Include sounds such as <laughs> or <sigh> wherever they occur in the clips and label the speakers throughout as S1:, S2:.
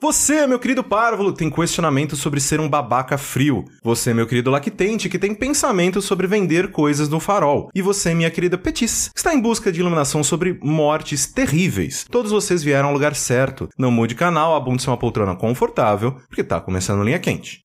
S1: Você, meu querido párvulo, tem questionamento sobre ser um babaca frio. Você, meu querido lactente, que tem pensamento sobre vender coisas no farol. E você, minha querida Petis, que está em busca de iluminação sobre mortes terríveis. Todos vocês vieram ao lugar certo. Não mude canal, abunde-se uma poltrona confortável, porque tá começando linha quente.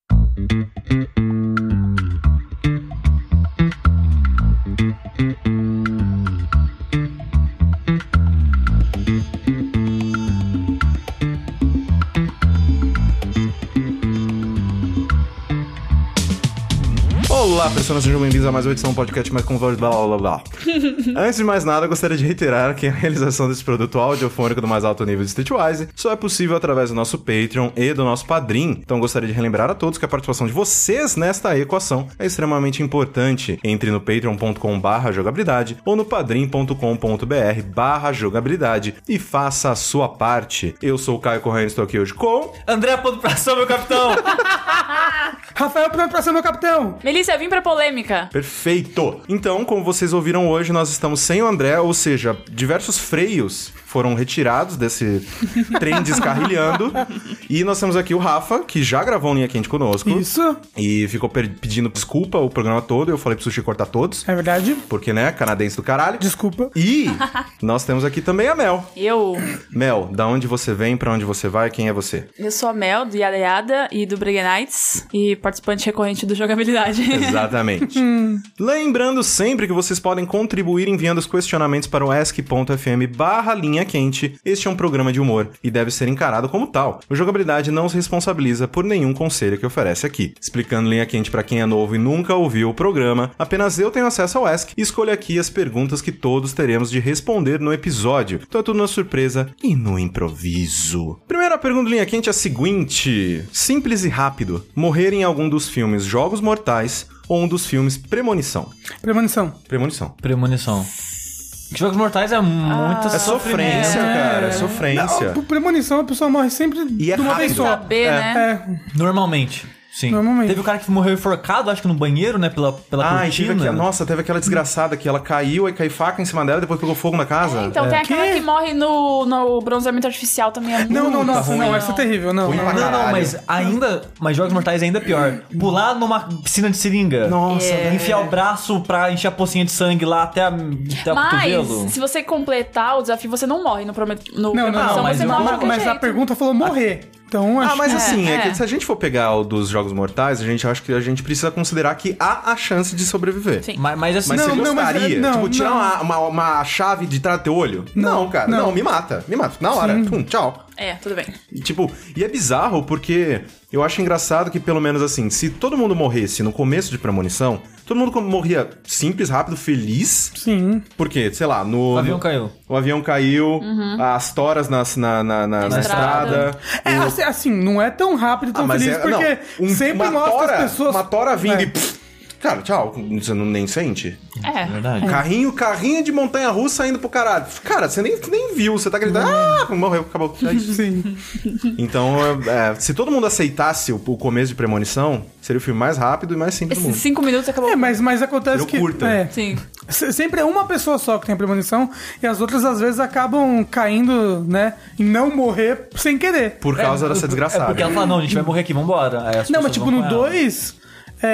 S1: Olá, pessoas, sejam bem-vindos a mais uma edição do podcast mais com voz blá blá blá blá. Antes de mais nada, eu gostaria de reiterar que a realização desse produto audiofônico do mais alto nível de Streetwise só é possível através do nosso Patreon e do nosso Padrim. Então gostaria de relembrar a todos que a participação de vocês nesta equação é extremamente importante. Entre no patreon.com barra jogabilidade ou no padrim.com.br barra jogabilidade e faça a sua parte. Eu sou o Caio Correia e estou aqui hoje com...
S2: André, ponto pra ação, meu capitão!
S3: Rafael, pronto pra ser meu capitão!
S4: Melissa, eu vim pra polêmica.
S1: Perfeito! Então, como vocês ouviram hoje, nós estamos sem o André, ou seja, diversos freios foram retirados desse trem descarrilhando. e nós temos aqui o Rafa, que já gravou um linha quente conosco.
S3: Isso,
S1: E ficou per- pedindo desculpa o programa todo. Eu falei pro Sushi cortar todos,
S3: é verdade.
S1: porque, né, canadense do caralho.
S3: Desculpa.
S1: E nós temos aqui também a Mel.
S4: Eu,
S1: Mel, da onde você vem, pra onde você vai, quem é você?
S4: eu sou a Mel, do Yada Yada e do Bregue Nights, e participante recorrente do Jogabilidade.
S1: Exatamente. Lembrando sempre que vocês podem contribuir enviando os questionamentos para o ask.fm barra linha quente. Este é um programa de humor e deve ser encarado como tal. O Jogabilidade não se responsabiliza por nenhum conselho que oferece aqui. Explicando linha quente para quem é novo e nunca ouviu o programa, apenas eu tenho acesso ao ask e escolho aqui as perguntas que todos teremos de responder no episódio. Então é tudo na surpresa e no improviso. Primeira pergunta do linha quente é a seguinte: simples e rápido. Morrer em algum dos filmes Jogos Mortais ou um dos filmes Premonição.
S3: Premonição.
S1: Premonição.
S2: <laughs> Premonição. Jogos Mortais é né? muita
S1: É sofrência, cara. É sofrência.
S3: Não, premonição, a pessoa morre sempre
S1: E é
S3: de uma vez
S1: rápido.
S3: só.
S4: Saber, né?
S3: É,
S2: Normalmente. Sim.
S3: Normalmente.
S2: Teve o cara que morreu enforcado, acho que no banheiro, né? Pela, pela
S1: Ai, Ah, teve
S2: cortina.
S1: aquela- nossa, teve aquela desgraçada que ela caiu, aí caiu faca em cima dela, depois pegou fogo na casa.
S4: Então, tem aquela
S3: Quê?
S4: que morre no, no bronzeamento artificial também. É
S3: Não, não,
S4: muito
S3: não,
S4: ruim.
S3: não, essa é terrível, não.
S1: Ruim
S3: não,
S1: pra
S3: não.
S2: Não, não,
S1: Caralho.
S2: mas ainda. Mas Jogos Mortais é ainda pior. Pular numa piscina de seringa. É.
S1: Nossa, velho.
S2: Enfiar o braço pra encher a pocinha de sangue lá até, a, até o cotovelo.
S4: Mas, se você completar o desafio, você não morre no, promet... no
S3: Não, não,
S4: Premonição,
S3: não,
S2: mas
S4: você
S2: eu-
S4: morre de
S3: mas,
S4: qualquer
S3: mas a
S4: jeito.
S3: pergunta falou morrer. Então acho
S1: Ah, mas
S3: que-
S1: assim, é,
S4: é.
S1: que se a gente for pegar o dos Jogos Mortais, a gente acha que a gente precisa considerar que há a chance de sobreviver.
S4: Sim.
S2: Mas, mas assim.
S1: Mas
S3: Não,
S1: você
S3: não, mas é-
S1: gostaria?
S3: não,
S1: tipo, tirar
S3: não.
S1: uma, uma, uma chave de trás do teu olho? Não, cara. Não.
S3: não.
S1: me mata. Me mata. Na hora. Pum, tchau.
S4: É, tudo bem.
S1: E, tipo, e é bizarro porque eu acho engraçado que, pelo menos assim, se todo mundo morresse no começo de Premonição, todo mundo morria simples, rápido, feliz.
S3: Sim.
S1: Porque, sei lá, no.
S2: O avião
S1: no-
S2: caiu.
S1: O avião caiu, as toras nas- na, na, na, na estrada.
S4: Uhum. estrada.
S3: É, assim, assim, não é tão rápido e tão feliz, porque
S1: Ah, não, um-
S3: sempre mostra
S1: tora,
S3: as pessoas.
S1: Uma tora vindo
S3: É.
S1: e. pff, cara, tchau. Você não nem sente?
S4: É.
S2: Verdade.
S1: Carrinho, carrinho de montanha russa indo pro caralho. Cara, você nem, nem viu, você tá gritando. Ah, morreu, acabou. É isso.
S3: Uhum. <laughs> Sim.
S1: Então, é, é, se todo mundo aceitasse o, o começo de Premonição, seria o filme mais rápido e mais simples do
S4: Esses
S1: mundo.
S4: cinco minutos acabou.
S3: É, mas, mas acontece
S1: Eu
S3: que.
S1: curto.
S3: É,
S4: Sim.
S3: se- sempre é uma pessoa só que tem a premonição e as outras às vezes acabam caindo, né? Em não morrer sem querer.
S1: Por causa
S2: É,
S1: dessa desgraçada.
S2: É porque ela fala, não, a gente vai morrer aqui, vambora. Aí as
S3: Não,
S2: pessoas
S3: mas tipo,
S2: vão né? com
S3: no
S2: ela.
S3: 2,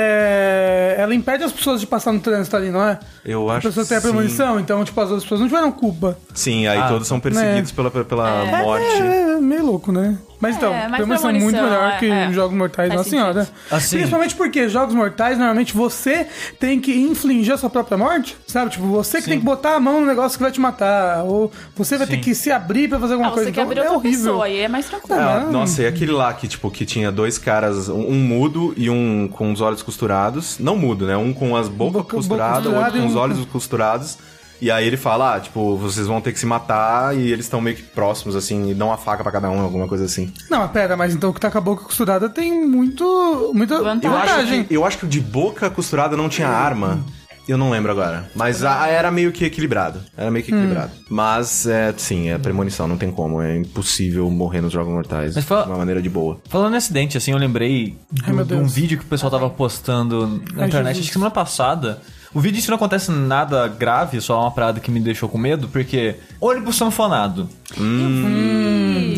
S3: é, ela impede as pessoas de passar no trânsito ali, não é?
S1: Eu
S3: A
S1: acho
S3: pessoa tem a
S1: que sim.
S3: premonição, então, tipo, as outras pessoas não tiveram culpa.
S1: Sim, aí
S2: Ah,
S1: todos são perseguidos pela, pela morte.
S3: É, é meio louco, né? Mas então,
S4: mas
S3: premonição é muito
S4: premonição,
S3: melhor
S4: é,
S3: que
S4: é.
S3: Jogos Mortais,
S4: Faz
S3: Nossa Senhora.
S2: Assim.
S3: Principalmente porque Jogos Mortais, normalmente, você tem que infligir a sua própria morte, sabe? Tipo, você que tem que botar a mão no negócio que vai te matar, ou você vai
S2: Sim.
S3: ter que se abrir pra fazer alguma
S4: Ah, você
S3: coisa.
S4: quer
S3: Então,
S4: abrir
S3: é
S4: outra
S3: horrível.
S4: pessoa, aí é mais tranquilo.
S1: Ah,
S3: Não.
S1: nossa, e aquele lá que, tipo, que tinha dois caras, um, um mudo e um com os olhos costurados. Não mudo, né? Um com as bocas
S3: Boca-
S1: costuradas,
S3: boca
S1: o outro
S3: costurada
S1: com
S3: e
S1: os
S3: um
S1: olhos costurados. E aí ele fala, ah, tipo, vocês vão ter que se matar e eles estão meio que próximos, assim, e dão uma faca pra cada um, alguma coisa assim.
S3: Não, mas pera, mas então o que tá com a boca costurada tem muito, muita
S4: Vantagem.
S1: Eu acho,
S3: vantagem.
S1: que, eu acho que o de boca costurada não tinha arma. Eu não lembro agora. Mas a- era meio que equilibrado. Era meio
S3: Hum.
S1: que equilibrado. Mas, é, sim, é premonição, não tem como. É impossível morrer nos Jogos Mortais.
S2: Mas fala-
S1: De uma maneira de boa.
S2: Falando em acidente, assim, eu lembrei do-
S3: Ai, meu
S2: de um
S3: Deus.
S2: vídeo que o pessoal tava postando na
S3: Ai,
S2: internet,
S3: Jesus.
S2: acho que semana passada. O vídeo em si não acontece nada grave, só uma parada que me deixou com medo, porque ônibus sanfonado.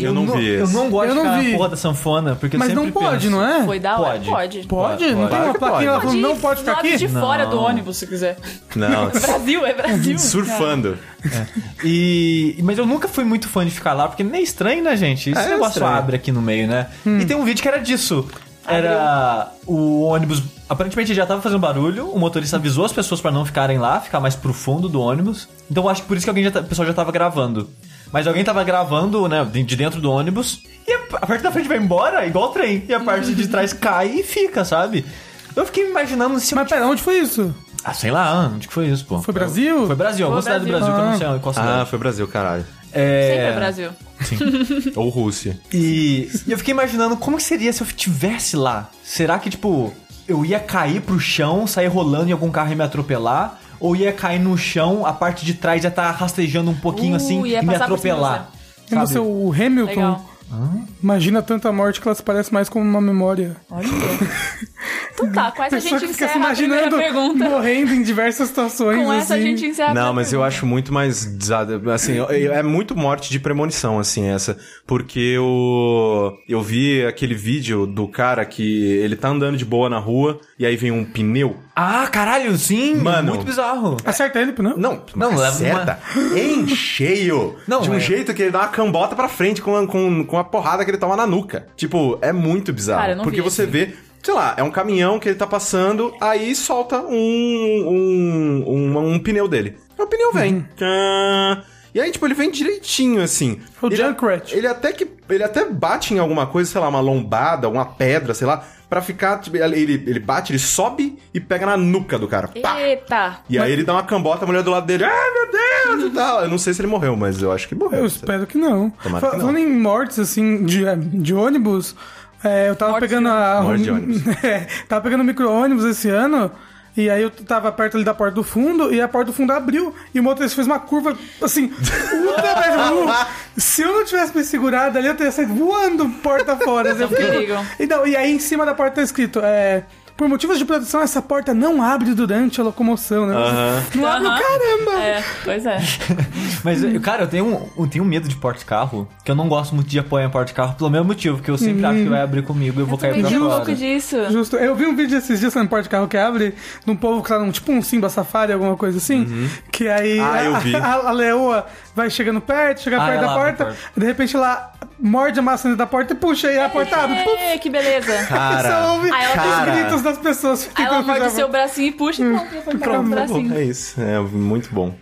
S1: Eu não vi
S2: Eu
S1: esse.
S2: não gosto
S3: Eu não
S2: de ficar
S3: vi.
S2: na porra da sanfona, porque eu
S3: Mas
S2: sempre
S3: não pode,
S2: penso-
S3: não é?
S4: Foi da hora.
S2: Pode.
S4: Pode.
S3: Pode?
S2: Pode.
S3: Não tem uma
S1: Claro que
S3: plaquinha lá falando não pode
S4: ir
S3: ficar
S4: do lado
S3: aqui?
S4: de fora do
S2: Não.
S4: ônibus, se quiser.
S3: <laughs>
S1: Não.
S4: Brasil, é Brasil.
S1: Surfando.
S2: E, mas eu nunca fui muito fã de ficar lá, porque nem é estranho, né, gente? Esse
S1: É, é
S2: negócio
S1: estranho. Hum.
S2: abre aqui no meio, né? E tem um vídeo que era disso. Era o ônibus. Aparentemente já tava fazendo barulho, o motorista avisou as pessoas pra não ficarem lá, ficar mais pro fundo do ônibus. Então eu acho que por isso que alguém já tá- o pessoal já tava gravando. Mas alguém tava gravando, né, de de dentro do ônibus, e a a parte da frente vai embora, igual o trem. E a parte de trás
S1: Uhum.
S2: cai e fica, sabe? Eu fiquei me imaginando se.
S3: Mas pera, onde foi isso?
S2: Ah, sei lá, onde que foi isso, pô?
S3: Foi Brasil?
S2: Foi Brasil, alguma
S4: Foi
S2: cidade do
S4: Brasil.
S2: Brasil que eu não sei qual cidade.
S1: Ah, foi Brasil, caralho.
S2: É...
S4: Sempre é Brasil.
S1: Ou Rússia.
S2: E e eu fiquei imaginando como que seria se eu tivesse lá. Será que, tipo, eu ia cair pro chão, sair rolando e algum carro ia me atropelar? Ou ia cair no chão, a parte de trás ia estar rastejando um pouquinho
S4: Uh,
S2: assim
S4: ia
S2: e me
S4: passar por cima
S2: atropelar?
S3: E no seu o Hamilton.
S4: Legal.
S3: Imagina tanta morte que ela se parece mais como uma memória.
S4: Olha. então tá, com essa a gente
S3: Pessoa que fica se
S4: encerra a primeira
S3: imaginando
S4: pergunta.
S3: morrendo em diversas situações.
S4: Com
S3: assim.
S4: essa a gente encerra a
S1: Não,
S4: primeira
S1: mas eu
S4: pergunta.
S1: acho muito mais. desa- Assim, eu- eu- é muito morte de premonição, assim, essa. Porque eu. Eu vi aquele vídeo do cara que ele tá andando de boa na rua e aí vem um pneu.
S2: Ah, caralho, sim!
S1: Mano.
S2: Muito bizarro.
S3: Acerta ele, né? não?
S1: Não,
S2: Não,
S1: uma
S2: leva
S1: seta em cheio.
S2: Não,
S1: de um
S2: é.
S1: jeito que ele dá uma cambota pra frente com, com, com a porrada que ele toma na nuca. Tipo, é muito bizarro.
S4: Cara, eu não
S1: porque
S4: vi
S1: você vê, sei lá, é um caminhão que ele tá passando, aí solta um, um, um, um pneu dele. Aí o pneu vem.
S2: Uhum.
S1: Tchan. E aí, tipo, ele vem direitinho, assim.
S3: O
S1: ele,
S3: Junkrat.
S1: ele até que. Ele até bate em alguma coisa, sei lá, uma lombada, uma pedra, sei lá, pra ficar. tipo, ele, ele bate, ele sobe e pega na nuca do cara. Pá!
S4: Eita.
S1: E aí ele dá uma cambota, a mulher do lado dele, ah, meu Deus, e tal. Eu não sei se ele morreu, mas eu acho que morreu.
S3: Eu espero que não.
S1: Tomara
S3: Fa-
S1: que não.
S3: Falando em mortes, assim, de, de ônibus, é, eu tava
S4: Mortes
S3: pegando
S4: de
S3: a.
S1: Morte de ônibus.
S3: <laughs> É, tava pegando micro-ônibus esse ano. E aí eu tava perto ali da porta do fundo e a porta do fundo abriu e o motorista fez uma curva assim, ultra mais Se eu não tivesse me segurado ali, eu teria saído voando porta
S4: <laughs>
S3: fora. assim, eu fiquei-
S4: É um perigo.
S3: Então, e aí em cima da porta tá escrito, é, por motivos de produção, essa porta não abre durante a locomoção, né? Não abre o
S4: Aham.
S3: caramba!
S4: É, pois é.
S2: Mas, eu- cara, eu tenho, um- eu tenho medo de porta de carro, que eu não gosto muito de apoiar porta de carro, pelo mesmo motivo, que eu sempre acho
S3: Uhum.
S2: que vai abrir comigo e eu vou cair
S4: Também
S2: pra
S4: tem um
S2: fora.
S4: pouco disso.
S3: Justo. Eu vi um vídeo esses dias no porta de carro que abre, de um povo que tá num tipo um Simba Safari, alguma coisa assim.
S2: Uhum.
S3: Que aí
S1: Ah,
S3: a,
S1: eu vi.
S3: A, a leoa vai chegando perto, chega
S2: Ah,
S3: perto
S2: ela
S3: da
S2: abre a
S3: porta,
S2: porta.
S3: de repente ela morde a maçaneta da porta e puxa, e a porta abre. Puf, Tá,
S4: É, que beleza.
S1: Cara,
S3: só ouve
S4: Aí ela
S1: cara.
S3: os gritos das pessoas.
S4: Aí ela
S3: tentando
S4: morde o
S3: fazer a-
S4: seu bracinho e puxa e pronto, assim. foi pra
S1: <laughs>
S4: outro bracinho.
S1: é isso, é muito bom.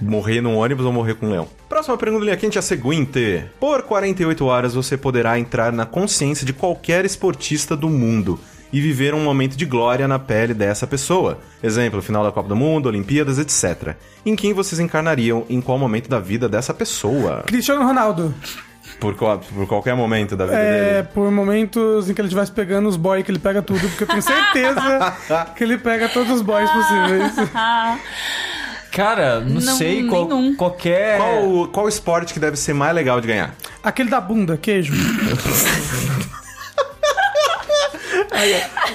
S1: Morrer num ônibus ou morrer com um leão. Próxima pergunta linha quente é a seguinte: Por 48 horas você poderá entrar na consciência de qualquer esportista do mundo e viver um momento de glória na pele dessa pessoa. Exemplo, final da Copa do Mundo, Olimpíadas, etc. Em quem vocês encarnariam em qual momento da vida dessa pessoa?
S3: Cristiano Ronaldo.
S1: Por, qual- por qualquer momento da vida dele.
S3: É, por momentos em que ele estivesse pegando os boys, que ele pega tudo, porque eu tenho certeza
S2: <laughs>
S3: que ele pega todos os boys possíveis.
S2: Cara, não,
S4: Não,
S2: sei, qual-
S4: nenhum.
S2: qualquer...
S1: Qual, qual esporte que deve ser mais legal de ganhar?
S3: Aquele da bunda, queijo.
S1: <laughs>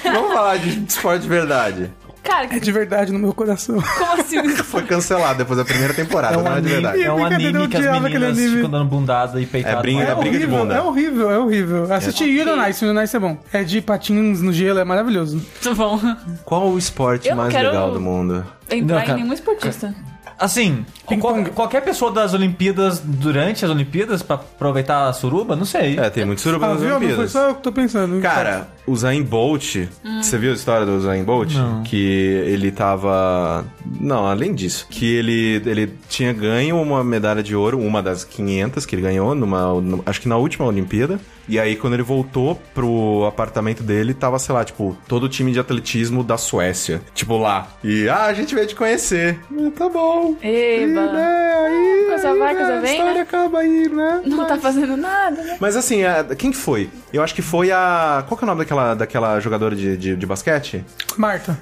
S1: Vamos falar de esporte de verdade.
S4: Cara,
S3: É de verdade no meu coração.
S4: como assim?
S1: Foi cancelado depois da primeira temporada,
S2: É um
S1: não é de
S2: anime,
S1: verdade.
S2: é um
S3: Brincadeira,
S2: anime um-
S3: eu
S2: que as
S3: odiava aquele
S2: meninas
S3: anime.
S2: ficam dando bundada e peitada.
S1: É brinca-
S2: com
S1: é
S2: a
S1: briga de
S3: horrível,
S1: bunda.
S3: É horrível, é horrível. Assisti Yuri Nice, Yuri Nice é bom. É de patins no gelo, é maravilhoso.
S4: Muito bom.
S1: Qual o esporte
S4: Eu não
S1: mais
S4: quero-
S1: legal do mundo?
S2: Não,
S4: Entrar em
S2: cara.
S4: nenhum esportista.
S2: Assim, qual-
S3: pong.
S2: qualquer pessoa das Olimpíadas, durante as Olimpíadas, pra aproveitar a suruba, não sei.
S1: É, tem muito suruba
S3: Ah,
S1: nas
S3: viu? Não foi
S1: Olimpíadas.
S3: só eu que tô pensando.
S1: Cara, o Zayn Bolt,
S4: Hum.
S1: você viu a história do Zayn Bolt? Que ele tava... Não, além disso, que ele, ele tinha ganho uma medalha de ouro, uma das 500 que ele ganhou, numa, no- acho que na última Olimpíada. E aí, quando ele voltou pro apartamento dele, tava, sei lá, tipo, todo o time de atletismo da Suécia. Tipo, lá. E, ah, a gente veio te conhecer. Ah, Tá bom.
S4: Eba.
S1: E, né, aí,
S4: Coisa vai,
S1: né,
S4: coisa
S1: a
S4: vem,
S1: história
S4: né?
S1: acaba aí, né?
S4: Não tá fazendo nada, né?
S1: Mas assim, a- quem que foi? Eu acho que foi a. Qual que é o nome daquela, daquela jogadora de, de, de basquete?
S3: Marta,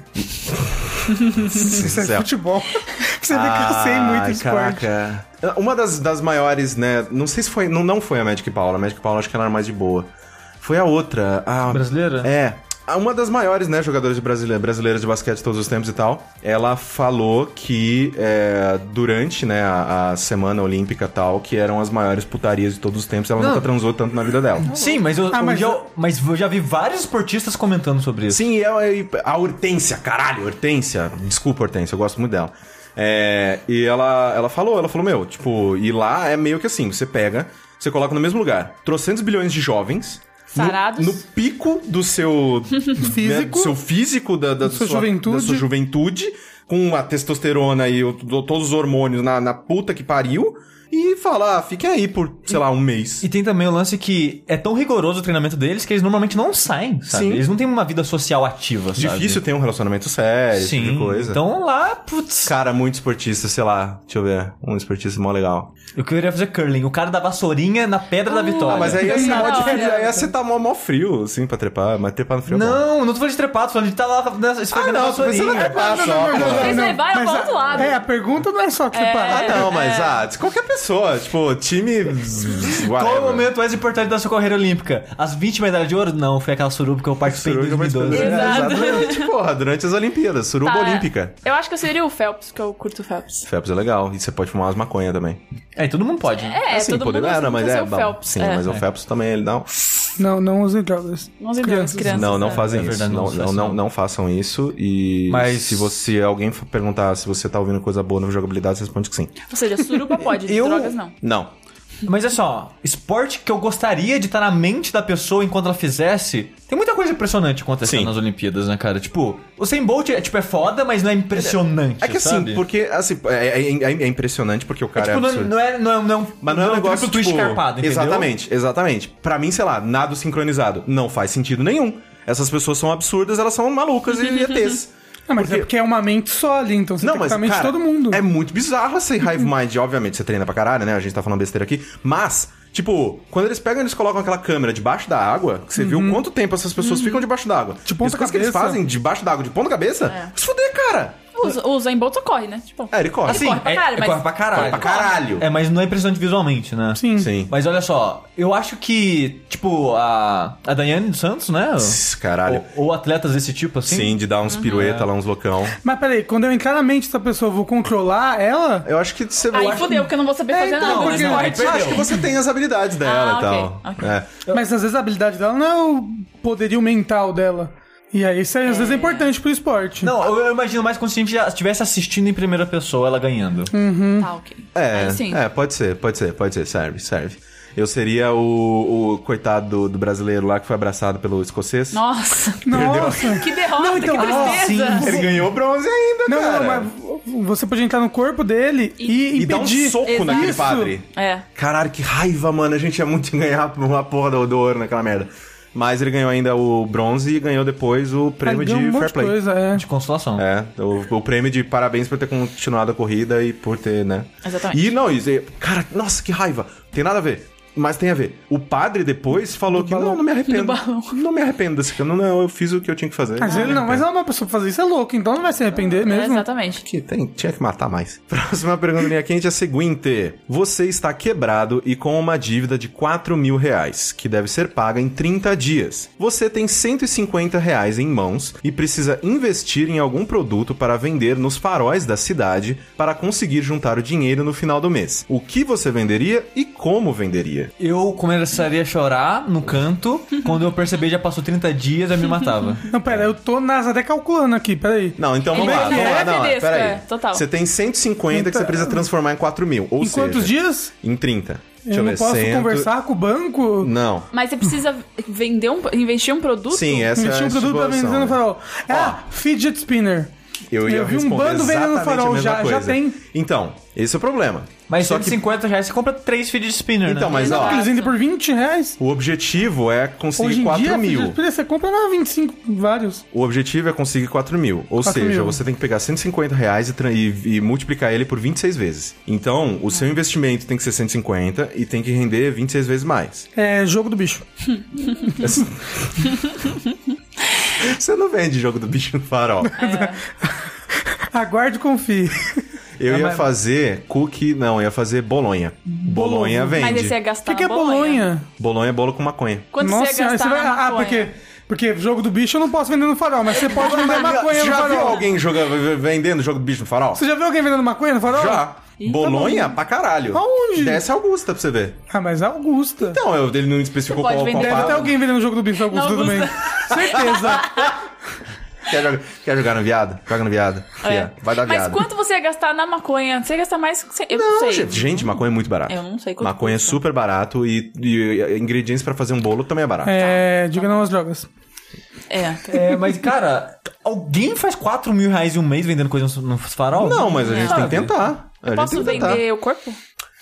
S3: isso é <laughs> futebol. Você vê que eu sei muito
S1: Ai,
S3: esporte.
S1: caraca. Uma das, das maiores, né? Não sei se foi. Não, não foi a Magic Paula. A Magic Paula acho que ela era mais de boa. Foi a outra. A...
S2: Brasileira?
S1: É. uma das maiores, né, jogadoras de brasile- brasileiras de basquete de todos os tempos e tal, ela falou que é, durante, né, a, a semana olímpica e tal, que eram as maiores putarias de todos os tempos, ela nunca transou tanto na vida dela.
S2: Sim, mas eu,
S3: Ah,
S2: eu
S3: mas-
S2: já, mas eu já vi vários esportistas comentando sobre isso.
S1: Sim, e ela, e a Hortência, caralho, Hortência. Desculpa, Hortência, eu gosto muito dela. É, e ela, ela falou, ela falou, meu, tipo, e lá é meio que assim, você pega, você coloca no mesmo lugar, trocentos bilhões de jovens... no-
S4: Sarados.
S1: No, pico do seu... né, do
S3: Físico.
S1: seu físico, da, da,
S3: Da sua
S1: da sua
S3: juventude.
S1: juventude, com a testosterona e o- do- todos os hormônios na, na puta que pariu, e fala, ah, fiquem aí por, sei lá, um mês.
S2: E tem também o lance que é tão rigoroso o treinamento deles que eles normalmente não saem, sabe?
S1: Sim.
S2: Eles não têm uma vida social ativa, sabe?
S1: Difícil ter um relacionamento sério, esse tipo
S2: Sim.
S1: de coisa.
S2: Então lá, putz.
S1: Cara, muito esportista, sei lá, deixa eu ver, um esportista mó legal.
S2: Eu queria fazer curling. O cara da vassourinha na pedra da vitória.
S1: Ah, mas aí você,
S4: Não,
S1: mó, de-
S4: não.
S1: aí você tá mó, mó frio, assim, pra trepar, mas trepar no frio é bom. Ah,
S2: Não, não tô falando de trepado, tô falando de tá lá na, esfregando a
S1: não, tô pensando
S2: vassourinha.
S1: na trepar só, pô.
S4: Vocês levaram
S3: Mas
S4: pra
S3: a-
S4: outro lado.
S3: É, a pergunta não é só que você
S1: Ah,
S3: para.
S1: não, mas,
S4: é.
S1: ah, de qualquer pessoa, tipo,
S4: <laughs>
S1: time... z- z-
S2: Qual é o
S1: whatever.
S2: momento mais importante da sua carreira olímpica? As 20 medalhas de ouro? Não, foi aquela suruba que eu participei em
S1: Suruba, é mas
S2: 2012.
S1: pelo-
S4: né? Exato.
S1: Exatamente, porra, durante as Olimpíadas, suruba
S4: Tá.
S1: olímpica.
S4: Eu acho que eu seria o Phelps, porque eu curto o Phelps.
S1: Phelps é legal, e você pode fumar umas maconhas também.
S2: É, todo mundo pode. né?
S4: É,
S1: assim,
S4: todo mundo
S1: era, mas
S4: quer ser
S1: é,
S4: o
S1: bom.
S4: Phelps.
S1: Sim,
S4: é.
S1: mas o Phelps também, ele não...
S3: Não, não usem drogas.
S4: Não usem drogas,
S3: Crianças.
S4: crianças.
S1: Não, não
S4: né?
S1: fazem
S2: É
S1: isso.
S2: verdade,
S1: não,
S2: não
S1: não,
S2: façam.
S1: não, não façam isso. E
S2: Mas-
S1: se você alguém f- perguntar se você tá ouvindo coisa boa no jogabilidade, você responde que sim.
S4: Ou seja,
S1: <laughs>
S4: suruba pode,
S2: Eu-
S4: drogas não.
S1: Não.
S2: Mas é só, esporte que eu gostaria de estar na mente da pessoa enquanto ela fizesse. Tem muita coisa impressionante acontecendo
S1: Sim.
S2: nas Olimpíadas, né, cara? Tipo, o Sem Bolt é, tipo, é foda, mas não é impressionante.
S1: É que assim,
S2: sabe?
S1: porque assim, é, é- é- é impressionante porque o
S2: É,
S1: cara é,
S2: tipo, não,
S1: absurdo.
S2: não é, não é, não é um-
S1: Mas não é um negócio
S2: triplo twist
S1: tipo,
S2: carpado, entendeu?
S1: Exatamente, exatamente. Pra mim, sei lá, nado sincronizado não faz sentido nenhum. Essas pessoas são absurdas, elas são malucas
S4: <laughs>
S1: e ETs.
S3: Não, mas
S1: Porque-
S3: é porque é uma mente só ali, então você
S1: Não,
S3: tem que
S1: mas
S3: estar a mente de
S1: cara,
S3: todo mundo.
S1: é muito bizarro esse Hive Mind. Obviamente, você treina pra caralho, né? A gente tá falando besteira aqui. Mas, tipo, quando eles pegam, eles colocam aquela câmera debaixo da água. Que você viu quanto tempo essas pessoas ficam debaixo da água.
S3: De ponta
S1: As coisas que eles
S3: cabeça.
S1: fazem debaixo da água, de ponta cabeça,
S4: É.
S1: se fuder, cara.
S4: O, o Zen Bolt corre, né? Tipo,
S1: É, ele corre.
S2: Assim,
S4: corre pra
S2: é-
S4: caralho,
S2: é,
S4: mas-
S2: corre pra caralho.
S1: Corre pra caralho.
S2: É, mas não é impressionante visualmente, né?
S3: Sim.
S1: Sim.
S2: Mas olha só, eu acho que, tipo, a, a Daiane dos Santos, né?
S1: Caralho.
S2: Ou, ou atletas desse tipo, assim.
S1: Sim, de dar uns
S4: Uhum.
S1: pirueta lá, uns loucão.
S3: Mas peraí, quando eu entrar na mente dessa pessoa, eu vou controlar ela?
S1: Eu acho que você eu
S4: aí
S1: acho
S4: fodeu, porque eu não vou saber fazer
S3: então,
S4: nada.
S2: porque-
S4: nesse
S2: não,
S4: esporte.
S2: aí
S1: que- eu acho que você tem as habilidades dela
S4: Ah,
S1: e tal.
S4: ok, ok.
S1: É.
S3: Mas às vezes a habilidade dela não é o poderio mental dela. E aí isso aí, às vezes é importante pro esporte.
S2: Não, eu, eu imagino mais como se a gente já estivesse assistindo em primeira pessoa ela ganhando.
S4: Tá, ok.
S1: É,
S4: Aí sim.
S1: é, pode ser, pode ser, pode ser, serve, serve. Eu seria o, o coitado do, do brasileiro lá que foi abraçado pelo escocês.
S4: Nossa, <laughs>
S3: Nossa.
S4: que derrota,
S3: Não, então,
S4: que
S3: ah,
S4: tristeza.
S1: Ele ganhou bronze ainda,
S3: Não,
S1: cara.
S3: não, mas você pode entrar no corpo dele e,
S1: E dá um
S3: impedir.
S1: soco
S4: Exato.
S1: naquele
S3: Isso.
S1: padre.
S4: É.
S1: Caralho, que raiva, mano. A gente ia muito <laughs> ganhar uma porra do, do ouro naquela merda. Mas ele ganhou ainda o bronze e ganhou depois o
S3: Aí
S1: prêmio
S3: deu
S1: de
S3: um monte
S1: fair
S3: de
S1: play.
S3: coisa, é.
S2: De consolação.
S1: É, o, o prêmio de parabéns por ter continuado a corrida e por ter, né?
S4: Exatamente.
S1: E não, e, e- cara, nossa, que raiva. Tem nada a ver. Mas tem a ver. O padre depois falou que não, não me arrependo.
S4: Do balão.
S1: Não me arrependo desse cara. Não, não, eu fiz o que eu tinha que fazer.
S3: Mas ele não, mas ela é uma pessoa que faz isso, é louco, então não vai se arrepender
S4: É,
S3: mesmo.
S4: exatamente.
S1: Que tem, tinha que matar mais. <laughs> Próxima pergunta linha quente é a seguinte: Você está quebrado e com uma dívida de 4 mil reais, que deve ser paga em 30 dias. Você tem 150 reais em mãos e precisa investir em algum produto para vender nos faróis da cidade para conseguir juntar o dinheiro no final do mês. O que você venderia e como venderia?
S2: Eu começaria a chorar no canto. Quando eu percebi já passou 30 dias, eu me matava.
S3: Não, pera, eu tô nas até calculando aqui, peraí.
S1: Não, então vamos
S4: Ele
S1: lá,
S4: é
S1: vamos lá, não,
S4: fidesco,
S1: peraí.
S4: é, total.
S1: Você tem 150 que você
S3: Então-
S1: precisa transformar em 4 mil. Ou
S3: Em quantos
S1: seja,
S3: dias?
S1: Em 30. Deixa
S3: eu não
S1: ver,
S3: posso
S1: 100.
S3: conversar com o banco?
S1: Não.
S4: Mas você precisa vender um, investir um produto?
S1: Sim, essa
S3: Investir
S1: é
S3: um
S1: a
S3: produto pra
S1: situação,
S3: vender no
S1: né?
S3: farol. Ah, fidget spinner.
S1: Eu, ia
S3: Eu vi um
S1: responder
S3: bando vendendo
S1: exatamente
S3: farol,
S1: a mesma
S3: já- já
S1: coisa.
S3: tem.
S1: Então, esse é o problema.
S2: Mas
S1: Só
S2: só
S1: que-
S2: 150 reais você compra 3 feed de spinner,
S1: Então,
S2: né?
S1: mas ó,
S4: Exato.
S3: Eles vendem por 20 reais.
S1: o objetivo é conseguir
S3: Hoje em
S1: 4
S3: dia, fidget
S1: mil.
S3: spinner você compra na 25, vários.
S1: O objetivo é conseguir 4 mil. Ou
S3: 4
S1: seja,
S3: mil.
S1: você tem que pegar 150 reais e, tra- e- e multiplicar ele por 26 vezes. Então, o seu investimento tem que ser 150 e tem que render 26 vezes mais.
S3: É jogo do bicho.
S1: Você não vende jogo do bicho no farol.
S3: É. Aguarde e confie.
S1: Eu
S2: É,
S1: ia
S2: mas-
S1: fazer cookie... Não, eu ia fazer bolonha. Bolonha
S4: Mas
S1: vende.
S4: esse é
S3: O
S4: gastar
S3: que, que é <laughs>
S4: na Bolonha.
S3: Bolonha?
S1: Bolonha é bolo com maconha.
S4: Quanto você ia
S3: aí
S4: gastar
S3: você vai.
S4: na
S3: Ah,
S4: maconha?
S3: porque Porque jogo do bicho eu não posso vender no
S1: <laughs>
S3: farol, mas você pode vender maconha
S1: Você
S3: no
S1: Ah, já viu
S3: farol.
S1: alguém joga, vendendo jogo do bicho no farol?
S3: Você já viu alguém vendendo maconha no farol?
S1: Já. Bolonha pra caralho.
S3: tá Aonde?
S1: Desce Augusta pra você ver.
S3: Ah, mas Augusta.
S1: Então, eu- ele não especificou
S4: Você pode
S1: qual, qual
S4: vender
S3: Deve
S1: parte.
S3: ter alguém vendendo o jogo do bicho Augusta,
S4: Não, <laughs>
S3: também. Certeza.
S1: Quer, jogar, quer jogar no viado? Joga no viado. Fia, É, Vai dar
S4: É. Mas
S1: viado.
S4: quanto você ia gastar na maconha? Você ia gastar mais. que você- Eu
S1: Não,
S4: não sei.
S1: gente, gente, maconha é muito barato.
S4: Eu não sei quanto
S1: Maconha é
S4: custa.
S1: super barato e, e ingredientes pra fazer um bolo também é barato.
S3: É, diga não às drogas.
S4: É.
S2: É, mas, cara, alguém faz 4 mil reais em um mês vendendo coisa no no farol?
S1: Não, mas a gente
S4: Não.
S1: tem que tentar. A gente
S4: Posso
S1: tem que tentar.
S4: vender o corpo?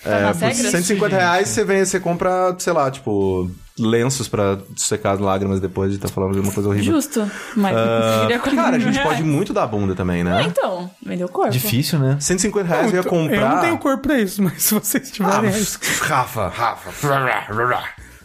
S4: Tá
S1: É,
S4: nas
S1: por
S4: regras?
S1: 150 reais você, vem, você compra, sei lá, tipo, lenços pra secar as lágrimas depois de estar falando de uma coisa horrível.
S4: Justo. Mas
S1: Ah,
S4: seria
S1: cara, a
S4: 40 é mil <laughs>
S1: gente
S4: reais.
S1: pode muito dar bunda também,
S4: Ah,
S1: né?
S4: então, vender o corpo.
S2: Difícil, né?
S1: 150 reais eu ia comprar.
S3: Então, Eu não tenho corpo pra isso, mas se vocês
S1: Ah,
S3: tiverem.
S1: Rafa, Rafa.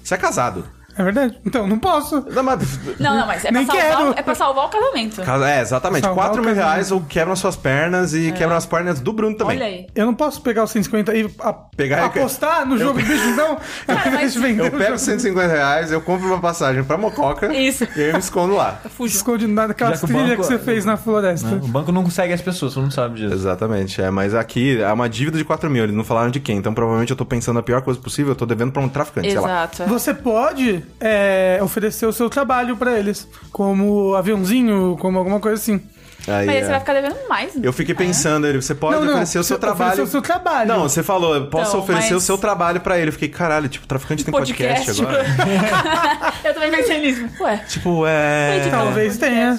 S1: Você é casado.
S3: é verdade. Então, não posso.
S1: Não, mas-
S4: Não, não, mas é pra,
S3: Nem
S4: salvar,
S3: quero.
S4: é pra salvar o casamento.
S1: Casa- É, exatamente.
S3: Salvar
S1: 4
S3: o
S1: mil
S3: casamento.
S1: reais ou quebram as suas pernas e quebram as pernas do Bruno também.
S4: Olha aí.
S3: Eu não posso pegar os 150 e a-
S1: Pegar-
S3: apostar no jogo do bicho,
S4: <laughs>
S3: não? Ao invés de vender
S1: Eu
S3: o
S1: pego
S3: jogo.
S1: 150 reais, eu compro uma passagem pra Mococa
S4: Isso.
S1: e eu me escondo lá.
S4: Fujo.
S3: Esconde nada daquela
S2: Já que o
S3: trilha
S2: banco-
S3: que
S1: é-
S3: você fez na floresta.
S2: O banco não consegue as pessoas, você não sabe disso.
S1: Exatamente, é, mas aqui é uma dívida de 4 mil, eles não falaram de quem, então provavelmente eu tô pensando a pior coisa possível, eu tô devendo pra um traficante, sei lá.
S4: Exato. é.
S3: Você pode é, oferecer o seu trabalho pra eles, como aviãozinho, como alguma coisa assim.
S1: Aí,
S4: Mas aí
S1: é.
S4: você vai ficar devendo mais. né?
S1: Eu fiquei pensando, ele, você pode
S3: Não, não,
S1: oferecer o seu
S3: você
S1: trabalho.
S3: ofereceu o seu trabalho.
S1: Não, você falou, eu posso
S4: Então,
S1: oferecer
S4: Ah, mas-
S1: o seu trabalho pra ele. Eu fiquei, caralho, tipo, traficante tem podcast,
S4: <laughs>
S1: agora.
S4: eu também pensei nisso. Ué.
S1: tipo, é.
S4: Editar.
S3: Talvez tenha.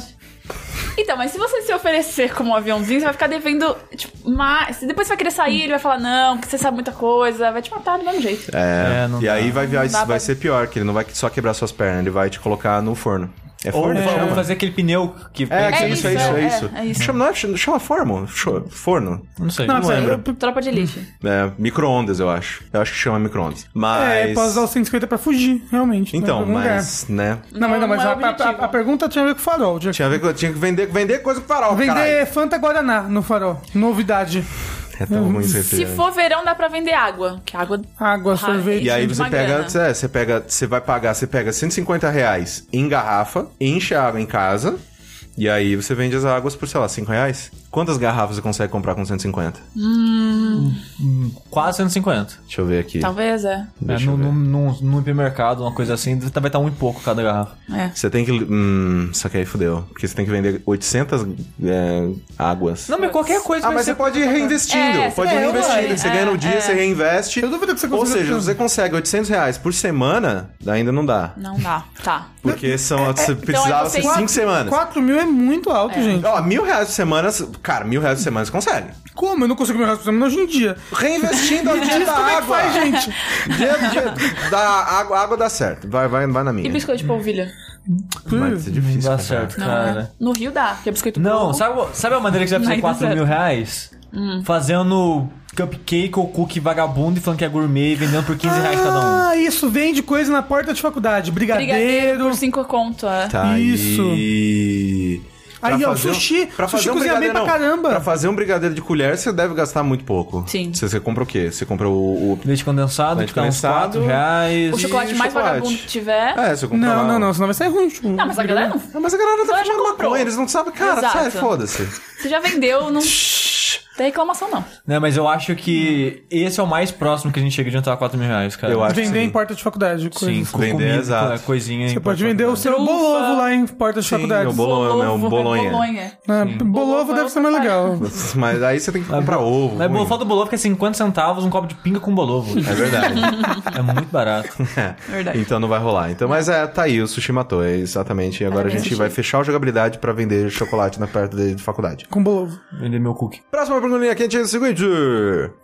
S4: Então, mas se você se oferecer como um aviãozinho, você vai ficar devendo, tipo, mais. Depois você vai querer sair, ele vai falar, não, que você sabe muita coisa, vai te matar do mesmo jeito.
S1: É,
S2: É, não
S1: e
S2: dá.
S1: aí vai, vai,
S4: Não dá
S1: vai
S4: pra-
S1: ser pior, que ele não vai só quebrar suas pernas, ele vai te colocar no forno. É
S2: Ou
S1: forno? que
S2: vamos
S1: chama?
S2: fazer aquele pneu que.
S1: É, que
S4: É
S1: é isso, é
S4: isso,
S1: isso, é
S4: é,
S1: isso.
S4: é isso.
S1: Chama, não é- chama forno? Cho- Forno?
S2: Não sei.
S3: Não,
S2: Não,
S3: pera,
S1: lembro.
S3: eu-
S4: Tropa de lixo.
S1: É, micro-ondas, eu acho. Eu acho que chama micro-ondas. Mas.
S3: É, posso usar os 150 pra fugir, realmente. né,
S1: Então,
S3: pra algum lugar.
S1: mas, né?
S3: Não, mas, não, mas
S4: Não é
S3: a,
S4: o objetivo.
S3: a- a- a pergunta tinha a ver com o farol. Tinha...
S1: Tinha a ver com. Tinha que vender, vender coisa com farol,
S3: Vender
S1: caralho.
S3: Fanta Guaraná no farol. Novidade.
S1: É tão ruim esse
S4: Se
S1: refrigerante.
S4: for verão, dá pra vender água. Que água.
S3: Água,
S4: Ah,
S3: sorvete.
S1: E aí
S4: de
S1: você
S4: uma
S1: pega,
S4: grana.
S1: é, você pega, você vai pagar, você pega 150 reais em garrafa, enche a água em casa, e aí você vende as águas por, sei lá, 5 reais. Quantas garrafas você consegue comprar com 150?
S2: Quase 150.
S1: Deixa eu ver aqui.
S4: Talvez, é.
S2: É,
S1: Deixa eu
S2: num,
S1: ver.
S2: num, num- num hipermercado, uma coisa assim, vai estar um e pouco cada garrafa.
S4: É.
S1: Você tem que. Hum, só que aí fudeu. Porque você tem que vender 800 é, águas.
S2: Não, mas qualquer coisa
S1: Ah,
S2: vai
S1: mas
S2: ser-
S1: você pode ir reinvestindo.
S4: É,
S1: pode ir
S4: é,
S1: reinvestindo.
S4: é,
S1: você ganha no dia,
S4: é.
S1: você reinveste.
S3: Eu duvido que você
S1: Ou
S3: consiga um-
S1: seja,
S3: tanto.
S1: você consegue 800 reais por semana, ainda não dá.
S4: Não dá. Tá.
S1: Porque
S3: é,
S1: são, você precisava
S4: então é você-
S1: ser 5
S4: Quatro-
S1: semanas.
S3: 4 mil é muito alto, gente.
S1: Ó, mil reais por semana, cara, mil reais por semana você consegue.
S3: Como? Eu não consigo me relacionar hoje em
S4: <laughs>
S3: dia.
S1: Reinvestindo
S3: <laughs>
S4: é
S1: a dinheiro da água.
S3: é Faz, gente.
S1: Dinheiro, dinheiro da água, água dá certo. Vai, vai, vai na minha.
S4: E biscoito de polvilha?
S1: Mas
S3: Hum.
S1: isso é
S2: Não
S1: difícil.
S2: dá
S1: comprar.
S2: certo,
S4: Não, né?
S2: cara.
S4: No Rio dá, que é biscoito
S2: Não,
S4: polvo.
S2: sabe, o- sabe a maneira que você vai fazer
S4: Aí dá
S2: 4 mil
S4: é certo. Hum.
S2: reais? Fazendo cupcake ou cookie vagabundo e falando que é gourmet e vendendo por 15 reais cada um.
S3: Ah, isso vende coisa na porta de faculdade.
S4: Brigadeiro
S3: Brigadeiro.
S4: por 5 conto, é.
S1: Tá aí. Pra
S3: Aí, ó,
S1: fazer um-
S3: sushi.
S1: pra
S3: Sushi
S1: fazer um
S3: cozinha bem pra
S1: brigadeirão-
S3: caramba.
S1: Pra fazer um brigadeiro de colher, você deve gastar muito pouco.
S4: Sim.
S1: Você, você compra o quê? Você compra o... o-
S2: Leite condensado,
S1: Leite
S2: que tá uns 4
S1: condensado.
S2: reais.
S4: O chocolate mais
S1: chocolate.
S4: vagabundo que tiver.
S1: É, você compra
S3: Não,
S1: lá-
S3: não, não. Senão vai sair ruim. tipo,
S4: Não, mas a galera não.
S1: Ah, mas a galera tá
S4: Mas já
S1: fumando
S4: comprou.
S1: maconha, eles não sabem. Cara,
S4: Exato.
S1: sai, foda-se.
S4: Você já vendeu, não tem reclamação, não.
S2: Né, mas eu acho que esse é o mais próximo que a gente chega de juntar 4 mil reais, cara.
S1: Eu acho que
S3: Vender
S1: sim.
S3: em porta de faculdade. coisa.
S2: Sim,
S1: Vender, é
S2: comida,
S1: exato.
S2: coisinha.
S3: Você pode vender o seu
S4: Trufa.
S3: bolovo lá em porta de faculdade.
S1: o bolo- Bolonha, é um bolonha.
S4: bolonha.
S3: Ah, bolovo deve ser mais legal.
S1: Mas aí você tem que comprar ovo.
S2: Mas
S1: ruim.
S2: bolofão do bolovo que é 50 centavos, um copo de pinga com bolovo.
S1: É
S2: <laughs>
S1: verdade.
S2: é muito barato.
S1: <laughs> É.
S4: Verdade.
S1: Então não vai rolar. Então, mas é, tá aí, o sushi matou, é exatamente. E agora a
S4: Parabéns,
S1: gente
S4: sushi.
S1: vai fechar a jogabilidade pra vender chocolate na perto de, de faculdade.
S3: Com bolovo.
S2: Vender meu cookie.
S1: Próxima perguntinha quente é o seguinte: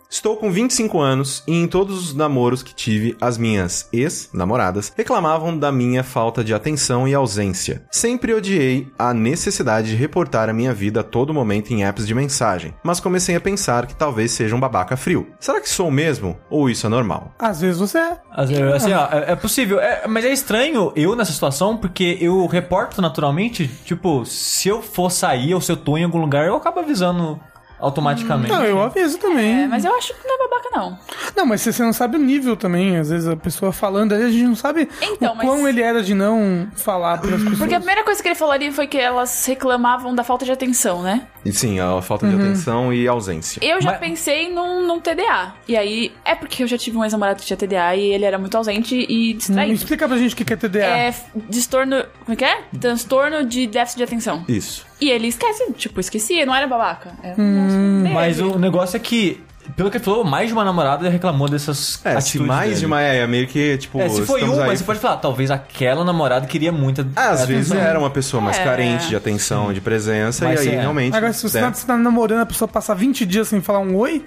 S1: Estou com 25 anos e em todos os namoros que tive, as minhas ex-namoradas reclamavam da minha falta de atenção e ausência. Sempre odiei a necessidade de reportar a minha vida a todo momento em apps de mensagem, mas comecei a pensar que talvez seja um babaca frio. Será que sou mesmo? Ou isso é normal?
S3: Às vezes você é.
S2: Assim, eu- assim, ó, é, é possível. É, mas é estranho eu nessa situação, porque eu reporto naturalmente, tipo, se eu for sair ou se eu tô em algum lugar, eu acabo avisando automaticamente.
S3: Hum. Não, eu aviso também.
S1: Hum.
S4: É, mas eu acho que não é babaca, não.
S3: Não, mas você não sabe o nível também. Às vezes a pessoa falando, aí a gente não sabe
S4: Então,
S3: o
S4: mas- é
S3: quão ele era de não falar para pessoas.
S4: Porque a primeira coisa que ele falou ali foi que elas reclamavam da falta de atenção, né?
S1: E sim, a falta
S4: Uhum.
S1: de atenção e ausência.
S4: Eu já
S2: Mas-
S4: pensei num, num TDA. E aí, é porque eu já tive um ex-namorado que tinha TDA e ele era muito ausente e
S3: Não
S4: distraído.
S3: Explica pra gente o que que é TDA.
S4: É f- distorno. Como é que é? Transtorno de déficit de atenção.
S1: Isso.
S4: E ele esquece, tipo, esquecia, não era babaca. É, Era
S3: Hum,
S2: Mas o negócio é que, pelo que ele falou, mais de uma namorada reclamou dessas
S1: É, se
S2: atitudes
S1: mais
S2: dele.
S1: de uma é meio que, tipo,
S2: É, se foi É,
S1: estamos
S2: uma,
S1: aí- Ah,
S2: você pode falar, talvez aquela namorada queria muita
S1: Às vezes
S2: atenção.
S1: era uma pessoa mais
S4: É.
S1: carente de atenção, de presença,
S2: Mas
S1: e aí
S2: é.
S1: realmente.
S3: Agora, se você tá,
S1: né?
S3: você tá namorando, a pessoa passar 20 dias sem falar um oi,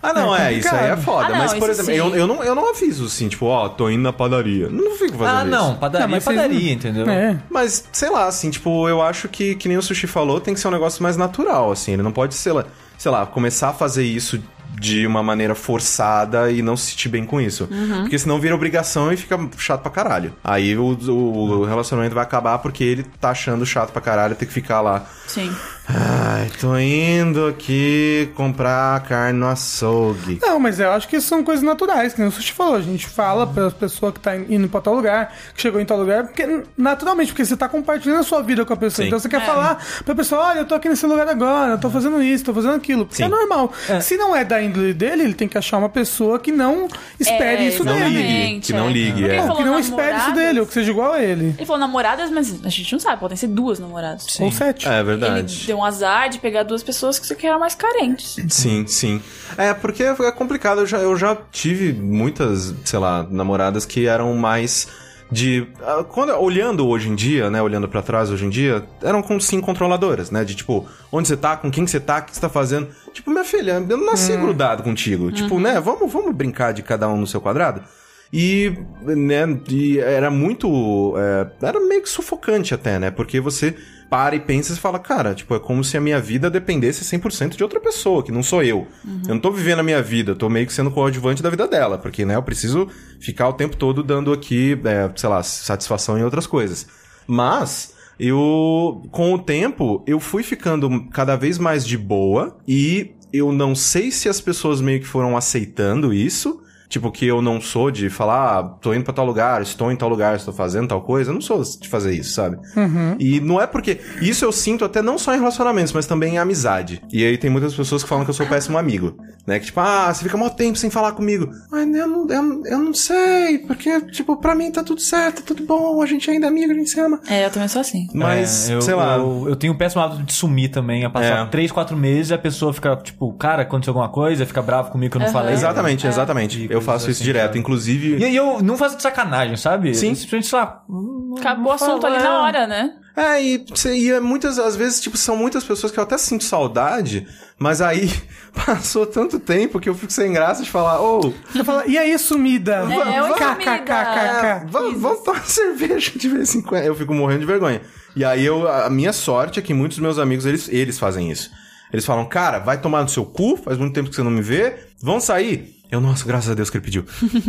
S1: Ah, não,
S3: É
S1: é, isso aí é
S3: complicado.
S1: foda.
S4: Ah, não,
S1: mas, por
S4: isso
S1: exemplo, eu,
S4: sim.
S1: eu, não, eu não aviso, assim, tipo, ó, tô indo na padaria. Não fico fazendo
S2: Ah,
S1: isso.
S2: não, padaria
S3: Não,
S2: é
S3: mas vocês
S2: padaria,
S3: não-
S2: entendeu?
S3: é.
S1: Mas, sei lá, assim, tipo, eu acho que, que nem o Sushi falou, tem que ser um negócio mais natural, assim. Ele não pode, sei lá, sei lá começar a fazer isso de uma maneira forçada e não se sentir bem com isso. Porque senão vira obrigação e fica chato pra caralho. Aí o, o- o relacionamento vai acabar porque ele tá achando chato pra caralho ter que ficar lá.
S4: Sim.
S1: Ai, tô indo aqui comprar carne no açougue.
S3: Não, mas eu acho que isso são coisas naturais, que nem o Sushi falou. A gente fala pra pessoa que tá indo pra tal lugar, que chegou em tal lugar, porque naturalmente, porque você tá compartilhando a sua vida com a pessoa.
S1: Sim.
S3: Então
S4: É.
S3: você quer falar pra pessoa, olha, eu tô aqui nesse lugar agora, eu tô fazendo isso, tô fazendo aquilo. Porque
S1: Sim.
S3: é normal. Se não é da índole dele, ele tem que achar uma pessoa que não espere
S4: É,
S3: isso
S1: Não
S3: dele.
S1: ligue,
S4: exatamente,
S1: que não
S4: é.
S1: ligue,
S4: Porque
S1: é.
S4: ele
S3: Não,
S4: falou
S3: que não espere isso
S4: namoradas.
S3: dele, ou que seja igual a ele.
S4: Ele falou namoradas, mas a gente não sabe, podem ser duas namoradas.
S3: Ou sete.
S1: É
S4: Ele
S1: verdade.
S4: deu um azar de pegar duas pessoas que você quer eram mais carentes.
S1: Sim, sim. É, porque é complicado. Eu já, eu já tive muitas, sei lá, namoradas que eram mais de. ah, Quando, olhando hoje em dia, né? Olhando pra trás hoje em dia, eram com sim controladoras, né? De tipo, onde você tá, com quem você tá, o que você tá fazendo. Tipo, minha filha, eu não nasci grudado contigo. Tipo, né? Vamos, vamos brincar de cada um no seu quadrado. E, né, e era muito. é, era meio que sufocante até, né? Porque você para e pensa e fala, cara, tipo, é como se a minha vida dependesse 100% de outra pessoa, que não sou eu. Eu não tô vivendo a minha vida, eu tô meio que sendo coadjuvante da vida dela, porque, né, eu preciso ficar o tempo todo dando aqui, é, sei lá, satisfação em outras coisas. Mas. Eu, com o tempo, eu fui ficando cada vez mais de boa e eu não sei se as pessoas meio que foram aceitando isso, Tipo, que eu não sou de falar, ah, tô indo pra tal lugar, estou em tal lugar, estou fazendo tal coisa. Eu não sou de fazer isso, sabe?
S2: Hum?
S3: Uhum.
S1: E não é porque. Isso eu sinto até não só em relacionamentos, mas também em amizade. E aí tem muitas pessoas que falam que eu sou péssimo amigo. Né? Que tipo, ah, você fica mó tempo sem falar comigo. Ai, né, eu não, eu, eu não sei, porque, tipo, pra mim tá tudo certo, tudo bom, a gente ainda é amigo, a gente se ama.
S4: É, eu também sou assim.
S1: Mas,
S2: É, eu,
S1: sei lá.
S2: Eu, eu tenho o péssimo hábito de sumir também, a
S1: É.
S2: passar três quatro meses e a pessoa fica, tipo, cara, aconteceu alguma coisa, fica bravo comigo que eu não
S4: Aham.
S2: falei.
S1: Exatamente,
S2: E
S1: exatamente. Eu
S2: coisas
S1: faço isso
S2: É, assim,
S1: direto.
S2: sabe?
S1: Inclusive.
S2: E aí eu não faço de sacanagem, sabe?
S1: Sim.
S2: Eu Simplesmente, sei lá. não-
S4: Acabou
S2: não
S4: o assunto
S2: falo,
S4: ali
S2: é.
S4: na hora, né?
S1: É, e, cê- e é muitas, às vezes, tipo, são muitas pessoas que eu até sinto saudade, mas aí <laughs> passou tanto tempo que eu fico sem graça de falar, ô,
S3: Você fala, e aí, sumida?
S4: É, oi,
S1: é,
S3: KKKKK.
S1: vamos, vamos tomar <laughs> cerveja de vez em quando. Eu fico morrendo de vergonha. E aí eu, a minha sorte é que muitos dos meus amigos, eles, eles fazem isso. Eles falam, cara, vai tomar no seu cu, faz muito tempo que você não me vê, vamos sair. Eu, nossa, graças a Deus que ele pediu.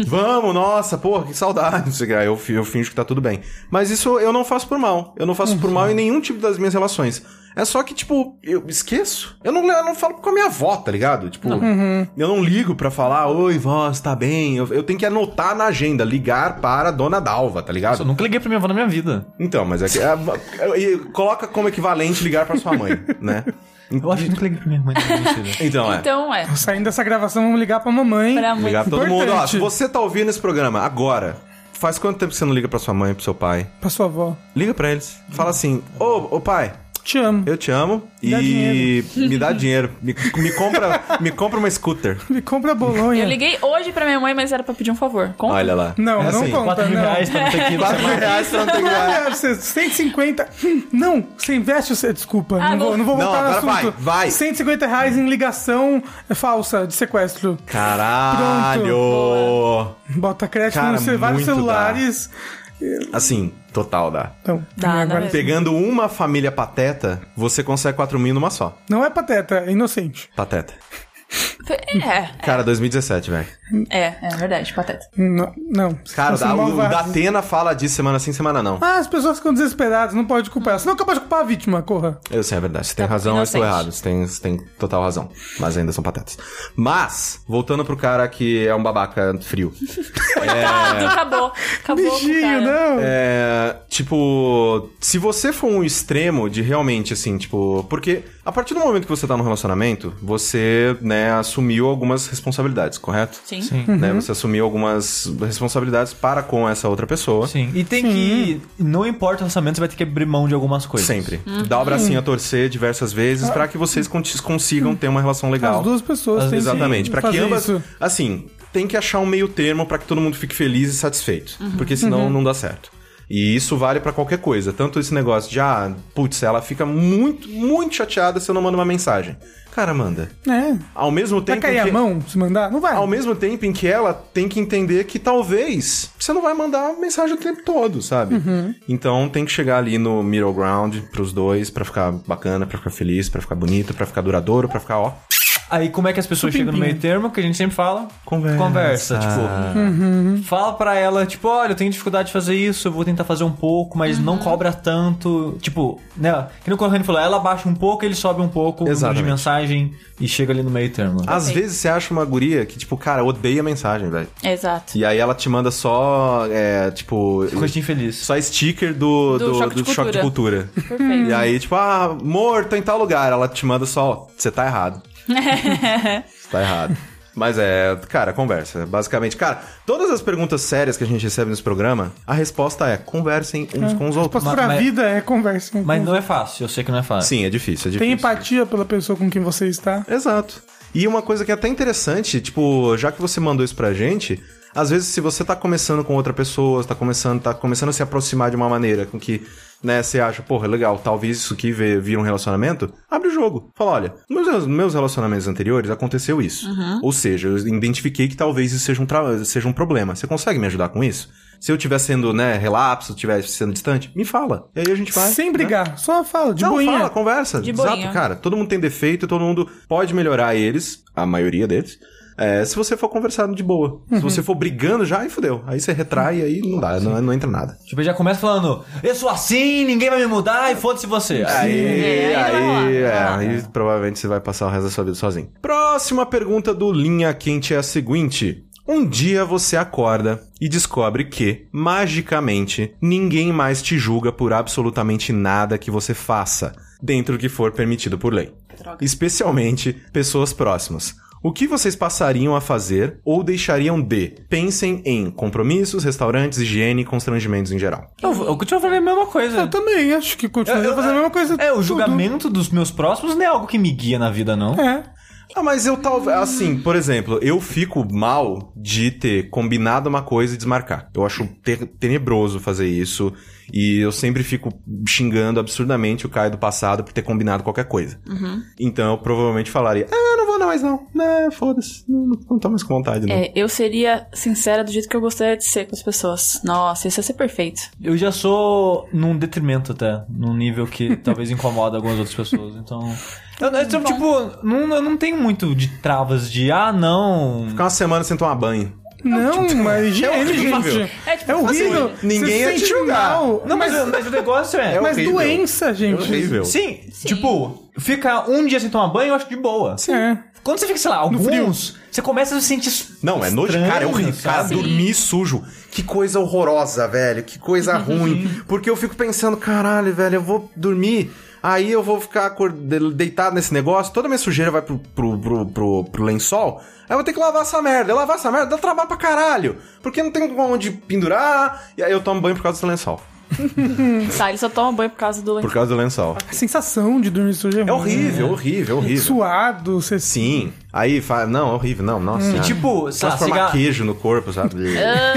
S1: Vamos, nossa, porra, que saudade. Não sei o que. Aí eu, fi- eu finjo que tá tudo bem. Mas isso eu não faço por mal. Eu não faço por
S2: Uhum.
S1: mal em nenhum tipo das minhas relações. É só que, tipo, eu esqueço. Eu não, eu não falo com a minha avó, tá ligado? Tipo,
S2: Uhum.
S1: eu não ligo pra falar, oi, vó, você tá bem? Eu, eu tenho que anotar na agenda, ligar para a dona Dalva, tá ligado?
S2: Nossa, Eu nunca liguei pra minha avó na minha vida.
S1: Então, mas é que. é- é- é- coloca como equivalente ligar pra sua
S2: <laughs>
S1: mãe, né?
S2: Eu acho que eu nunca liguei pra minha mãe na minha vida.
S1: Então, é.
S4: Então, é.
S3: Saindo dessa gravação, vamos ligar pra mamãe.
S4: Pra muito.
S1: ligar pra todo mundo. Ó,
S3: Importante.
S1: se você tá ouvindo esse programa agora, faz quanto tempo que você não liga pra sua mãe, pro seu pai?
S3: Pra sua avó.
S1: Liga pra eles. Fala assim: ô, ô pai.
S3: Te amo.
S1: Eu te amo
S3: Me dá
S1: e me
S3: <laughs>
S1: dá dinheiro. Me, me compra, me compra uma scooter.
S3: Me compra bolonha.
S4: Eu liguei hoje pra minha mãe, mas era pra pedir um favor. Conta.
S1: Olha lá.
S3: Não,
S1: É
S3: não
S1: assim,
S3: conta,
S2: <laughs> Quatro mil
S3: não.
S2: reais pra não ter que ir no
S1: Quatro
S2: semáforo.
S1: reais pra não ter que ligar.
S3: Ah, você- 150. Hum, Não, você investe. Você, desculpa,
S4: Ah,
S3: não, vou,
S4: não.
S3: não vou
S1: Não,
S3: voltar no
S1: agora
S3: assunto.
S1: vai, vai.
S3: 150 reais em ligação falsa de sequestro.
S1: Caralho!
S3: Bota crédito
S1: Cara,
S3: nos vários
S1: muito
S3: celulares.
S1: Assim, total dá.
S3: Então,
S4: Dá,
S3: agora-
S4: dá mesmo.
S1: Pegando uma família pateta, você consegue 4 mil numa só.
S3: não é pateta, é inocente.
S1: Pateta.
S4: É.
S1: Cara, 2017, velho.
S4: É, é verdade, pateta.
S3: Não, não. Vocês
S1: Cara,
S3: são
S1: da- o, o
S3: malvados.
S1: Datena fala disso semana sim, semana não.
S3: Ah, as pessoas ficam desesperadas, não pode culpar. Você não é capaz de culpar a vítima, corra.
S1: Eu sei, é verdade. Você tem
S4: Tá
S1: razão, eu estou
S4: inocente.
S1: errado. Você tem, você tem total razão. Mas ainda são patetas. Mas, voltando pro cara que é um babaca frio.
S4: Coitado, acabou. Acabou com o
S3: Bichinho,
S4: cara.
S3: não.
S1: É, tipo, se você for um extremo de realmente, assim, tipo... Porque a partir do momento que você tá num relacionamento, você, né, assumiu algumas responsabilidades, correto?
S4: Sim.
S2: Sim.
S3: Uhum.
S1: Né, você assumiu algumas responsabilidades para com essa outra pessoa.
S2: Sim. E tem que. Não importa o orçamento, você vai ter que abrir mão de algumas coisas.
S1: Sempre. Dá o bracinho a torcer diversas vezes pra que vocês con- consigam ter uma relação legal.
S3: Ah. As duas pessoas
S2: As-
S3: têm
S1: Exatamente.
S3: que
S1: Pra que
S3: fazer
S1: ambas.
S3: isso.
S1: Assim, tem que achar um meio termo pra que todo mundo fique feliz e satisfeito. Porque senão
S3: Uhum.
S1: não dá certo. E isso vale pra qualquer coisa. Tanto esse negócio de, ah, putz, ela fica muito, muito chateada se eu não mando uma mensagem. Cara, manda.
S3: É.
S1: Ao mesmo
S3: Vai
S1: tempo.
S3: cair
S1: em que...
S3: a mão se mandar? Não vai.
S1: Ao mesmo tempo em que ela tem que entender que talvez você não vai mandar mensagem o tempo todo, sabe?
S3: Uhum.
S1: Então tem que chegar ali no middle ground pros dois pra ficar bacana, pra ficar feliz, pra ficar bonito, pra ficar duradouro, pra ficar ó.
S2: Aí como é que as pessoas chegam no meio termo, que a gente sempre fala?
S1: Conversa.
S2: Conversa, tipo.
S3: Uhum.
S2: Fala pra ela, tipo, olha, eu tenho dificuldade de fazer isso, eu vou tentar fazer um pouco, mas não
S3: Uhum.
S2: cobra tanto. Tipo, né? Que nem o Rani falou, ela baixa um pouco, ele sobe um pouco o número de
S1: Exatamente.
S2: mensagem e chega ali no meio termo.
S1: Às
S4: Perfeito.
S1: vezes você acha uma guria que, tipo, cara, odeia mensagem, velho.
S4: Exato.
S1: E aí ela te manda só, é, tipo...
S2: Coisa de infeliz.
S1: Só sticker do, do,
S4: Do
S1: do
S4: choque
S1: choque,
S4: de
S1: de cultura.
S4: Perfeito.
S1: E aí, tipo, ah, amor, tô em tal lugar. Ela te manda só, ó, você tá errado. Você tá errado. Mas é, cara, conversa. Basicamente, cara, todas as perguntas sérias que a gente recebe nesse programa, a resposta é conversem uns com os outros.
S3: Posso pra
S2: mas-
S3: vida é conversa.
S2: Mas não é fácil, eu sei que não é fácil.
S1: Sim, é difícil, é difícil.
S3: Tem empatia pela pessoa com quem você está.
S1: Exato. E uma coisa que é até interessante, tipo, já que você mandou isso pra gente, às vezes se você tá começando com outra pessoa, tá começando, tá começando a se aproximar de uma maneira com que, né, você acha, porra, legal, talvez isso aqui vê- vira um relacionamento, abre o jogo. Fala, olha, nos meus relacionamentos anteriores aconteceu isso. Ou seja, eu identifiquei que talvez isso seja um, tra- seja um problema. Você consegue me ajudar com isso? Se eu estiver sendo, né, relapso, estiver sendo distante, me fala. E aí a gente vai.
S3: Sem
S1: né?
S3: brigar, só fala, de
S1: não,
S3: boinha.
S1: fala, conversa.
S4: De
S1: Exato,
S4: boinha.
S1: cara. Todo mundo tem defeito, todo mundo pode melhorar eles, a maioria deles. é, se você for conversando de boa. Se você for brigando já, aí fodeu. Aí você retrai, aí não dá, não, não entra nada.
S2: Tipo, já começa falando, eu sou assim, ninguém vai me mudar e foda-se você.
S1: Aí,
S4: É, aí vai lá,
S1: aí,
S4: vai
S1: é,
S4: lá.
S1: aí provavelmente você vai passar o resto da sua vida sozinho. Próxima pergunta do Linha Quente é a seguinte. Um dia você acorda e descobre que, magicamente, ninguém mais te julga por absolutamente nada que você faça, dentro do que for permitido por lei.
S4: Droga.
S1: especialmente pessoas próximas. O que vocês passariam a fazer ou deixariam de? Pensem em compromissos, restaurantes, higiene e constrangimentos em geral.
S2: Eu, eu continuo falando a mesma coisa.
S3: Eu também acho que continua fazendo a mesma coisa.
S2: É, o
S3: tudo.
S2: julgamento dos meus próximos não é algo que me guia na vida, não.
S3: É.
S1: Ah, mas eu talvez. Assim, por exemplo, eu fico mal de ter combinado uma coisa e desmarcar. Eu acho ter- tenebroso fazer isso. E eu sempre fico xingando absurdamente o Caio do passado por ter combinado qualquer coisa. Então eu provavelmente falaria: Ah, não vou não mais não. Né, foda-se. Não, não tô mais com vontade, não.
S4: <laughs> É, eu seria sincera do jeito que eu gostaria de ser com as pessoas. Nossa, isso ia ser perfeito.
S2: Eu já sou num detrimento até, num nível <laughs> que talvez incomoda algumas outras pessoas, então... Eu, eu, tipo,
S1: Então-
S2: tipo, não, eu não tenho muito de travas de, ah, não...
S1: Ficar uma semana sem tomar banho. <laughs>
S3: Não,
S1: é
S3: mas higiene,
S1: horrível.
S3: gente.
S4: É, tipo,
S3: É horrível.
S1: assim, ninguém
S3: Você
S1: ia
S3: sente
S1: te julgar.
S3: mal.
S2: Não, mas, mas o negócio é...
S1: É
S3: Mas
S1: horrível.
S3: doença,
S1: É
S3: gente.
S1: horrível.
S2: Sim, tipo, fica um dia sem tomar banho, eu acho de boa.
S3: É.
S2: Quando você fica, sei lá, alguns, você começa a se sentir
S1: Não, é nojo. Cara, é horrível. Cara,
S2: sabe?
S1: dormir sujo. Que coisa horrorosa, velho. Que coisa ruim. Porque eu fico pensando, caralho, velho, eu vou dormir. Aí eu vou ficar acor- de- deitado nesse negócio, toda minha sujeira vai pro, pro, pro, pro- pro lençol. Aí eu vou ter que lavar essa merda. Eu lavar essa merda dá trabalho pra caralho. Porque não tem onde pendurar. E aí eu tomo banho por causa desse lençol.
S4: Sai, Tá, ele só toma banho por causa do
S1: Por causa do lençol.
S3: A sensação de dormir sujo é
S1: É
S3: ruim,
S1: horrível,
S3: né?
S1: horrível, horrível.
S3: Suado, você
S1: Sim. Aí fala, não, é horrível, não, nossa. senhora.
S2: tipo, sei lá,
S1: transformar
S2: cigarro-
S1: queijo no corpo, sabe?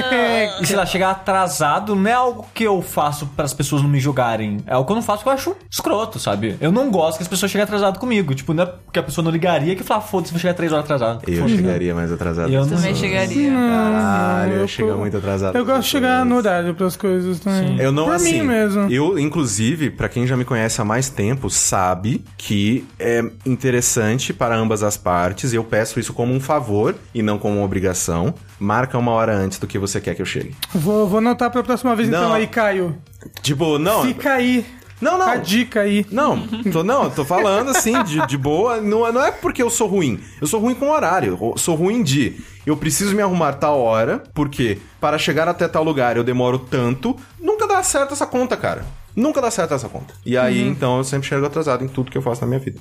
S3: É,
S2: E sei lá, chegar atrasado não é algo que eu faço para as pessoas não me julgarem. É algo que eu não faço porque eu acho escroto, sabe? Eu não gosto que as pessoas cheguem atrasado comigo. Tipo, não é porque a pessoa não ligaria que fala, foda-se, vou chegar três horas atrasado.
S1: Eu chegaria mais atrasado.
S2: Eu não-
S4: Também chegaria.
S1: é, Caralho,
S3: eu
S1: eu chego
S3: tô-
S1: muito atrasado.
S3: eu gosto de chegar no horário pras coisas também.
S1: Eu não
S3: Por
S1: assim.
S3: mim mesmo.
S1: Eu, inclusive, pra quem já me conhece há mais tempo, sabe que é interessante para ambas as partes grátis e eu peço isso como um favor e não como uma obrigação. Marca uma hora antes do que você quer que eu chegue.
S3: Vou, vou anotar pra próxima vez
S1: Não.
S3: então aí, Caio.
S1: Tipo, não.
S3: Fica aí.
S1: Não, não.
S3: A dica aí.
S1: Não, tô, não, tô falando assim, de, de boa. Não, é- não é porque eu sou ruim. Eu sou ruim com horário. Eu sou ruim de. Eu preciso me arrumar tal hora, porque para chegar até tal lugar eu demoro tanto. Nunca dá certo essa conta, cara. Nunca dá certo essa conta. E
S3: Uhum.
S1: aí, então, eu sempre chego atrasado em tudo que eu faço na minha vida.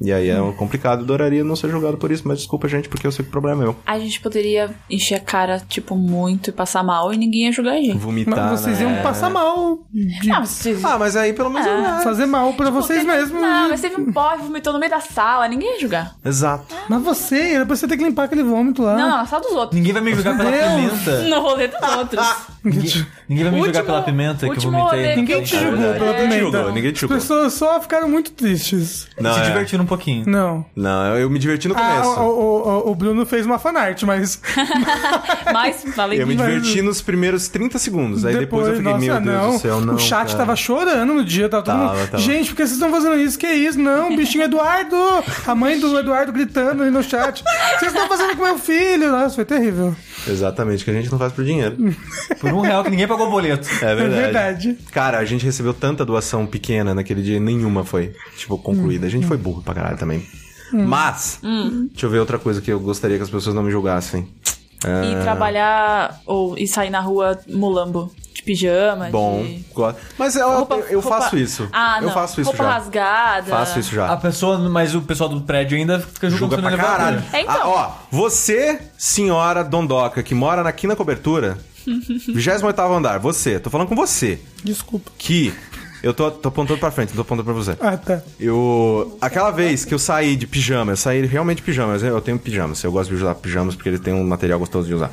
S1: E aí é
S3: Uhum.
S1: complicado, eu adoraria não ser julgado por isso, mas desculpa, gente, porque eu sei que o problema é meu.
S4: A gente poderia encher a cara, tipo, muito e passar mal e ninguém ia julgar a gente.
S1: Vomitar.
S3: Mas vocês
S1: né?
S3: iam passar mal. de
S4: Não, vocês...
S1: Ah, mas aí pelo menos. eu-
S3: fazer mal pra vocês
S4: teve-
S3: mesmos.
S4: Tipo, Não, mas teve um pobre vomitou no meio da sala, ninguém ia julgar.
S1: Exato.
S3: Mas você, depois você tem que limpar aquele vômito lá.
S4: Não, não, na sala dos outros.
S2: Ninguém vai me julgar pela
S3: Deus.
S2: pimenta.
S4: No rolê dos
S3: Ah,
S4: outros.
S2: Ninguém, ninguém vai me julgar
S4: Último-
S2: pela pimenta que eu
S4: último
S2: vomitei. Então,
S3: Ninguém
S4: rolê. Ninguém
S3: te
S4: te
S3: julgou
S1: julgou.
S3: pela
S1: Ninguém te julgou,
S3: pimenta.
S1: ninguém te julgou.
S3: é As pessoas só ficaram muito tristes.
S1: Não,
S2: Se
S1: é.
S2: divertiram um pouquinho.
S3: Não.
S1: Não, eu me diverti no
S3: Ah,
S1: começo.
S3: o, o- o- o Bruno fez uma fanart,
S1: <laughs>
S3: mas
S4: Mas, falei
S1: Eu me
S4: que-
S1: diverti nos primeiros 30 segundos. Aí depois, eu fiquei,
S3: nossa,
S1: meu Deus
S3: não.
S1: do céu, não.
S3: o chat
S1: cara.
S3: tava chorando no dia, tava todo
S1: Tava,
S3: mundo.
S1: tava.
S3: Gente, por que vocês estão fazendo isso? Que isso? Não, bichinho Eduardo! A mãe do Eduardo gritando ali no chat. Vocês estão fazendo com meu filho! Nossa, foi terrível.
S1: Exatamente, que a gente não faz por dinheiro.
S2: Por um real que ninguém pagou o boleto.
S1: É verdade.
S3: Hum, É verdade.
S1: Cara, a gente recebeu tanta doação pequena naquele dia, nenhuma foi, tipo, concluída. A
S3: Hum,
S1: gente foi burro pra caralho também. Mas,
S4: Hum.
S1: deixa eu ver outra coisa que eu gostaria que as pessoas não me julgassem. Ah,
S4: E trabalhar ou e sair na rua mulambo. De pijama,
S1: Bom,
S4: de...
S1: go- mas eu,
S4: Roupa-
S1: eu- eu
S4: roupa-
S1: faço isso.
S4: Ah,
S1: eu
S4: não.
S1: faço isso
S4: roupa
S1: já.
S4: rasgada.
S1: Faço isso já.
S2: A pessoa, mas o pessoal do prédio ainda fica
S1: Julga
S2: julgando você no
S1: pra
S2: elevador.
S1: caralho.
S4: É, então.
S1: Ah, ó, você, senhora dondoca, que mora aqui na
S4: <laughs>
S1: cobertura, 28º andar, você, tô falando com você,
S3: Desculpa.
S1: que... Eu tô, tô apontando pra frente, não tô apontando pra você.
S3: Ah, tá.
S1: Eu. Aquela vez que eu saí de pijama, eu saí realmente de pijama, mas eu tenho pijamas. Eu gosto de usar pijamas porque ele tem um material gostoso de usar.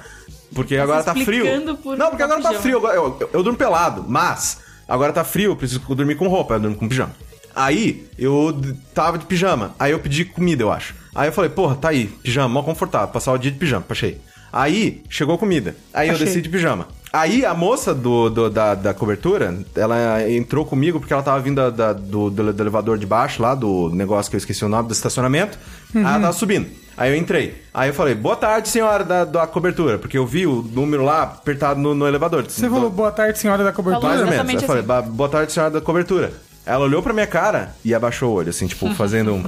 S1: Porque agora tá frio.
S4: explicando por
S1: Não, porque
S4: usar
S1: agora tá
S4: pijama.
S1: frio. agora- Eu, eu, eu durmo pelado, mas agora tá frio, eu preciso dormir com roupa, eu durmo com pijama. Aí eu d- tava de pijama, aí eu pedi comida, eu acho. Aí eu falei, porra, tá aí, pijama, mó confortável, passar o dia de pijama, achei. Aí chegou a comida, aí eu
S3: Achei.
S1: desci de pijama. Aí a moça do, do- da, da cobertura, ela entrou comigo porque ela tava vindo da- da- do, do elevador de baixo, lá do negócio que eu esqueci o nome, do estacionamento. Aí ela tava subindo. Aí eu entrei. Aí eu falei, boa tarde, senhora da, da cobertura, porque eu vi o número lá apertado no, no elevador.
S3: Você falou boa tarde, senhora da cobertura.
S1: Mais ou menos.
S4: Exatamente
S1: Eu falei,
S4: assim.
S1: "Ba- boa tarde, senhora da cobertura. Ela olhou pra minha cara e abaixou o olho, assim,
S3: <laughs>
S1: tipo, fazendo um.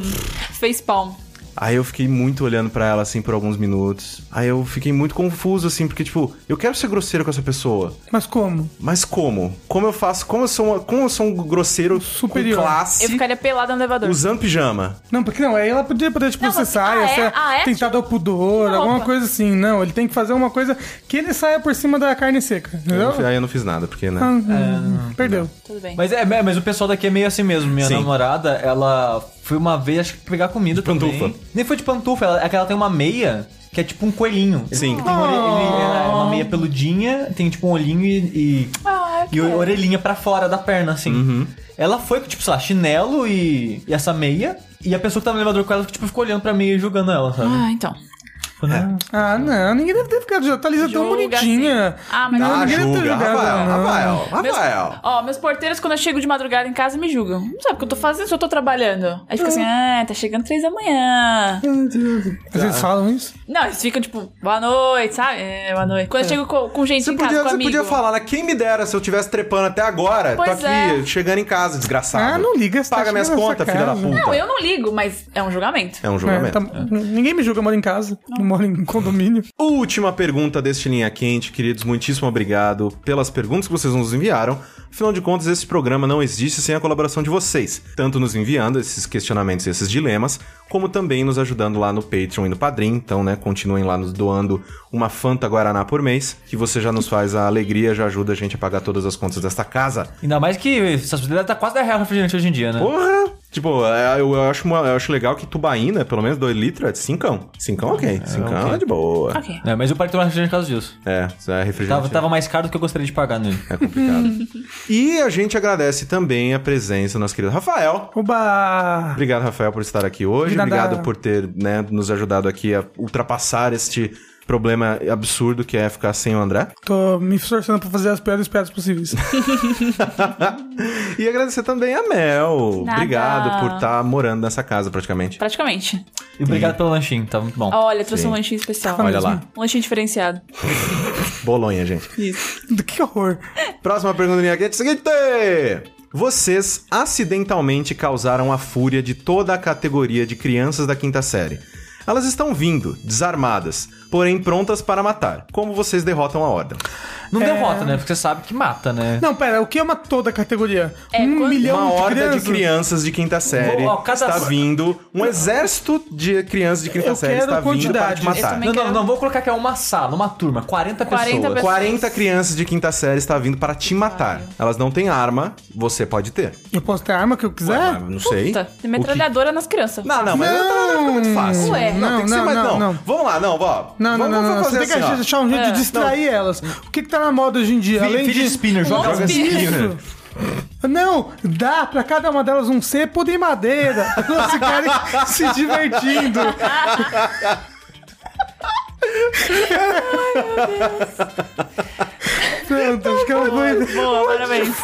S4: Face palm.
S1: Aí eu fiquei muito olhando pra ela, assim, por alguns minutos. Aí eu fiquei muito confuso, assim, porque, tipo, eu quero ser grosseiro com essa pessoa.
S3: Mas como?
S1: Mas como? Como eu faço? Como eu sou, uma- como eu sou um grosseiro
S3: Superior.
S1: com classe
S4: Eu ficaria pelada no elevador.
S1: usando pijama?
S3: Não, porque não, aí ela podia poder te
S4: Não,
S3: processar,
S4: você- ah,
S3: ia ser
S4: é? Ah, é?
S3: tentar dar o pudor,
S4: Não,
S3: alguma
S4: opa.
S3: coisa assim. Não, ele tem que fazer alguma coisa que ele saia por cima da carne seca,
S1: Eu
S3: entendeu?
S1: não fi- aí eu não fiz nada, porque, né?
S3: Ah, Perdeu.
S4: Tudo bem.
S2: Mas é, é, mas o pessoal daqui é meio assim mesmo. Minha
S1: Sim.
S2: namorada, ela foi uma vez, acho que pegar comida também.
S1: pantufa.
S2: Nem foi de pantufa, ela, é que ela tem uma meia que é tipo um coelhinho.
S1: Sim.
S2: Ele tem um ore- ele- é uma meia peludinha, tem tipo um olhinho e. e...
S4: Ah,
S2: E o-
S4: cara.
S2: orelhinha pra fora da perna, assim.
S1: Uhum.
S2: Ela foi com, tipo, sei lá, chinelo e, e essa meia. E a pessoa que tava no elevador com ela, tipo, ficou olhando pra meia e julgando ela, sabe?
S4: Ah, então.
S2: Tipo, não,
S3: Ah, não, ninguém deve ter ficado. A Thalisa é tão
S4: Julga,
S3: bonitinha.
S4: sim. Ah, mas-
S3: não,
S1: Ah,
S3: ninguém tá deve ter
S1: julga.
S3: julgado.
S1: Rafael,
S3: não.
S1: Rafael,
S4: Meus-
S1: Rafael.
S4: Ó, meus porteiros, quando eu chego de madrugada em casa, me julgam. Não sabe o que eu tô fazendo se eu tô trabalhando. Aí fica
S1: É.
S4: assim, ah, tá chegando três da manhã.
S3: Mas eles falam isso? né?
S4: Não, eles ficam tipo, boa noite, sabe? É, boa noite. Quando eu chego com, com gente
S1: Você
S4: em casa,
S1: podia,
S4: com
S1: você
S4: amigo.
S1: podia falar, né? Quem me dera se eu tivesse trepando até agora. tô
S4: Pois
S1: aqui,
S4: é.
S1: chegando em casa, desgraçado.
S3: Ah, não liga, você tá
S1: Paga minhas
S3: chegando na
S1: contas,
S3: sua
S1: filha da
S3: casa.
S1: puta.
S4: Não, eu não ligo, mas é um julgamento.
S1: É um julgamento.
S3: É, tá- Ninguém me julga, eu moro em casa. Não, moro em condomínio.
S1: Última pergunta deste Linha Quente, queridos, muitíssimo obrigado pelas perguntas que vocês nos enviaram. Afinal de contas, esse programa não existe sem a colaboração de vocês, tanto nos enviando esses questionamentos e esses dilemas, como também nos ajudando lá no Patreon e no Padrim. Então, né, continuem lá nos doando uma Fanta Guaraná por mês, que você já nos faz a alegria, já ajuda a gente a pagar todas as contas desta casa.
S2: Ainda mais que essa possibilidade tá quase 10 reais refrigerante hoje em dia, né?
S1: Porra! Tipo, é, eu, eu acho, uma- eu acho legal que tubaína, pelo menos 2 litros, é de 5. 5 ok. 5 é,
S2: ok.
S1: de boa.
S4: Ok.
S2: É, mas eu parei de tomar refrigerante por causa disso.
S1: É, isso é refrigerante.
S2: Tava, tava mais caro do que eu gostaria de pagar nele.
S1: É complicado.
S4: <laughs>
S1: e a gente agradece também a presença do nosso querido Rafael.
S3: Oba!
S1: Obrigado, Rafael, por estar aqui
S3: De
S1: hoje.
S3: nada.
S1: Obrigado por ter né, nos ajudado aqui a ultrapassar este problema absurdo que é ficar sem o André.
S3: Tô me esforçando pra fazer as piores piadas possíveis.
S1: E agradecer também a Mel.
S4: Nada.
S1: Obrigado por estar morando nessa casa praticamente.
S4: Praticamente.
S2: E obrigado pelo lanchinho, tá muito bom.
S4: Olha, trouxe
S1: Sim.
S4: um lanchinho especial.
S1: Olha lá.
S4: Um lanchinho diferenciado.
S1: Bolonha, gente.
S3: <laughs> Que horror.
S1: Próxima pergunta do Niaquete é a seguinte: Vocês acidentalmente causaram a fúria de toda a categoria de crianças da quinta série. Elas estão vindo, desarmadas, porém prontas para matar. Como vocês derrotam a ordem?
S2: Não
S3: É.
S2: derrota, né? Porque você sabe que mata, né?
S3: Não, pera, o que é uma toda categoria?
S4: É,
S3: um
S4: quando-
S3: milhão
S1: Uma
S3: de
S1: horda
S3: crianças?
S1: de crianças de quinta série
S2: Vou- ó, cada-
S1: está vindo, um exército de crianças de quinta
S3: Eu
S1: série
S3: quero
S1: está vindo para te
S3: quantidade.
S1: matar.
S4: também
S2: Não, não,
S4: quero-
S2: não, vou colocar que é uma sala, uma turma, 40,
S4: 40
S2: pessoas.
S4: pessoas.
S1: 40 crianças de quinta série está vindo para te matar. Elas não têm arma, você pode ter.
S3: Eu posso ter a arma que eu quiser?
S1: Ué, mas não sei.
S4: Puta,
S1: O que-
S4: tem metralhadora nas crianças.
S1: Não, não, mas
S3: Não.
S1: não. fica é muito fácil.
S4: Ué.
S1: não, tem que ser
S3: Não,
S1: mais. Não,
S3: não, não.
S1: Vamos lá, não, ó. vamos,
S3: Não, não, não, não,
S1: vamos
S3: não. Você
S1: fazer
S3: tem que
S1: assim, ó.
S3: achar um jeito
S4: É.
S3: de distrair elas. O que que tá na moda hoje em dia?
S2: Fi-
S3: Além
S2: Fidget
S3: de...
S2: spinner, joga
S4: um
S1: Joga
S4: monte de-
S1: assim, né?
S3: Não, dá pra cada uma delas um cepo de madeira. Elas
S1: <laughs>
S3: ficarem se divertindo. Pronto, acho que eu <laughs> vou...
S4: Boa, parabéns.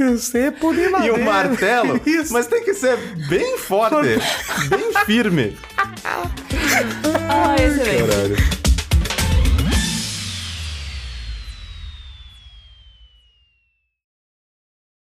S3: Um cepo de
S1: E
S3: madeira.
S1: o martelo,
S3: <laughs> Isso.
S1: mas tem que ser bem forte, bem firme.
S4: Ah, excelente.
S1: Caralho.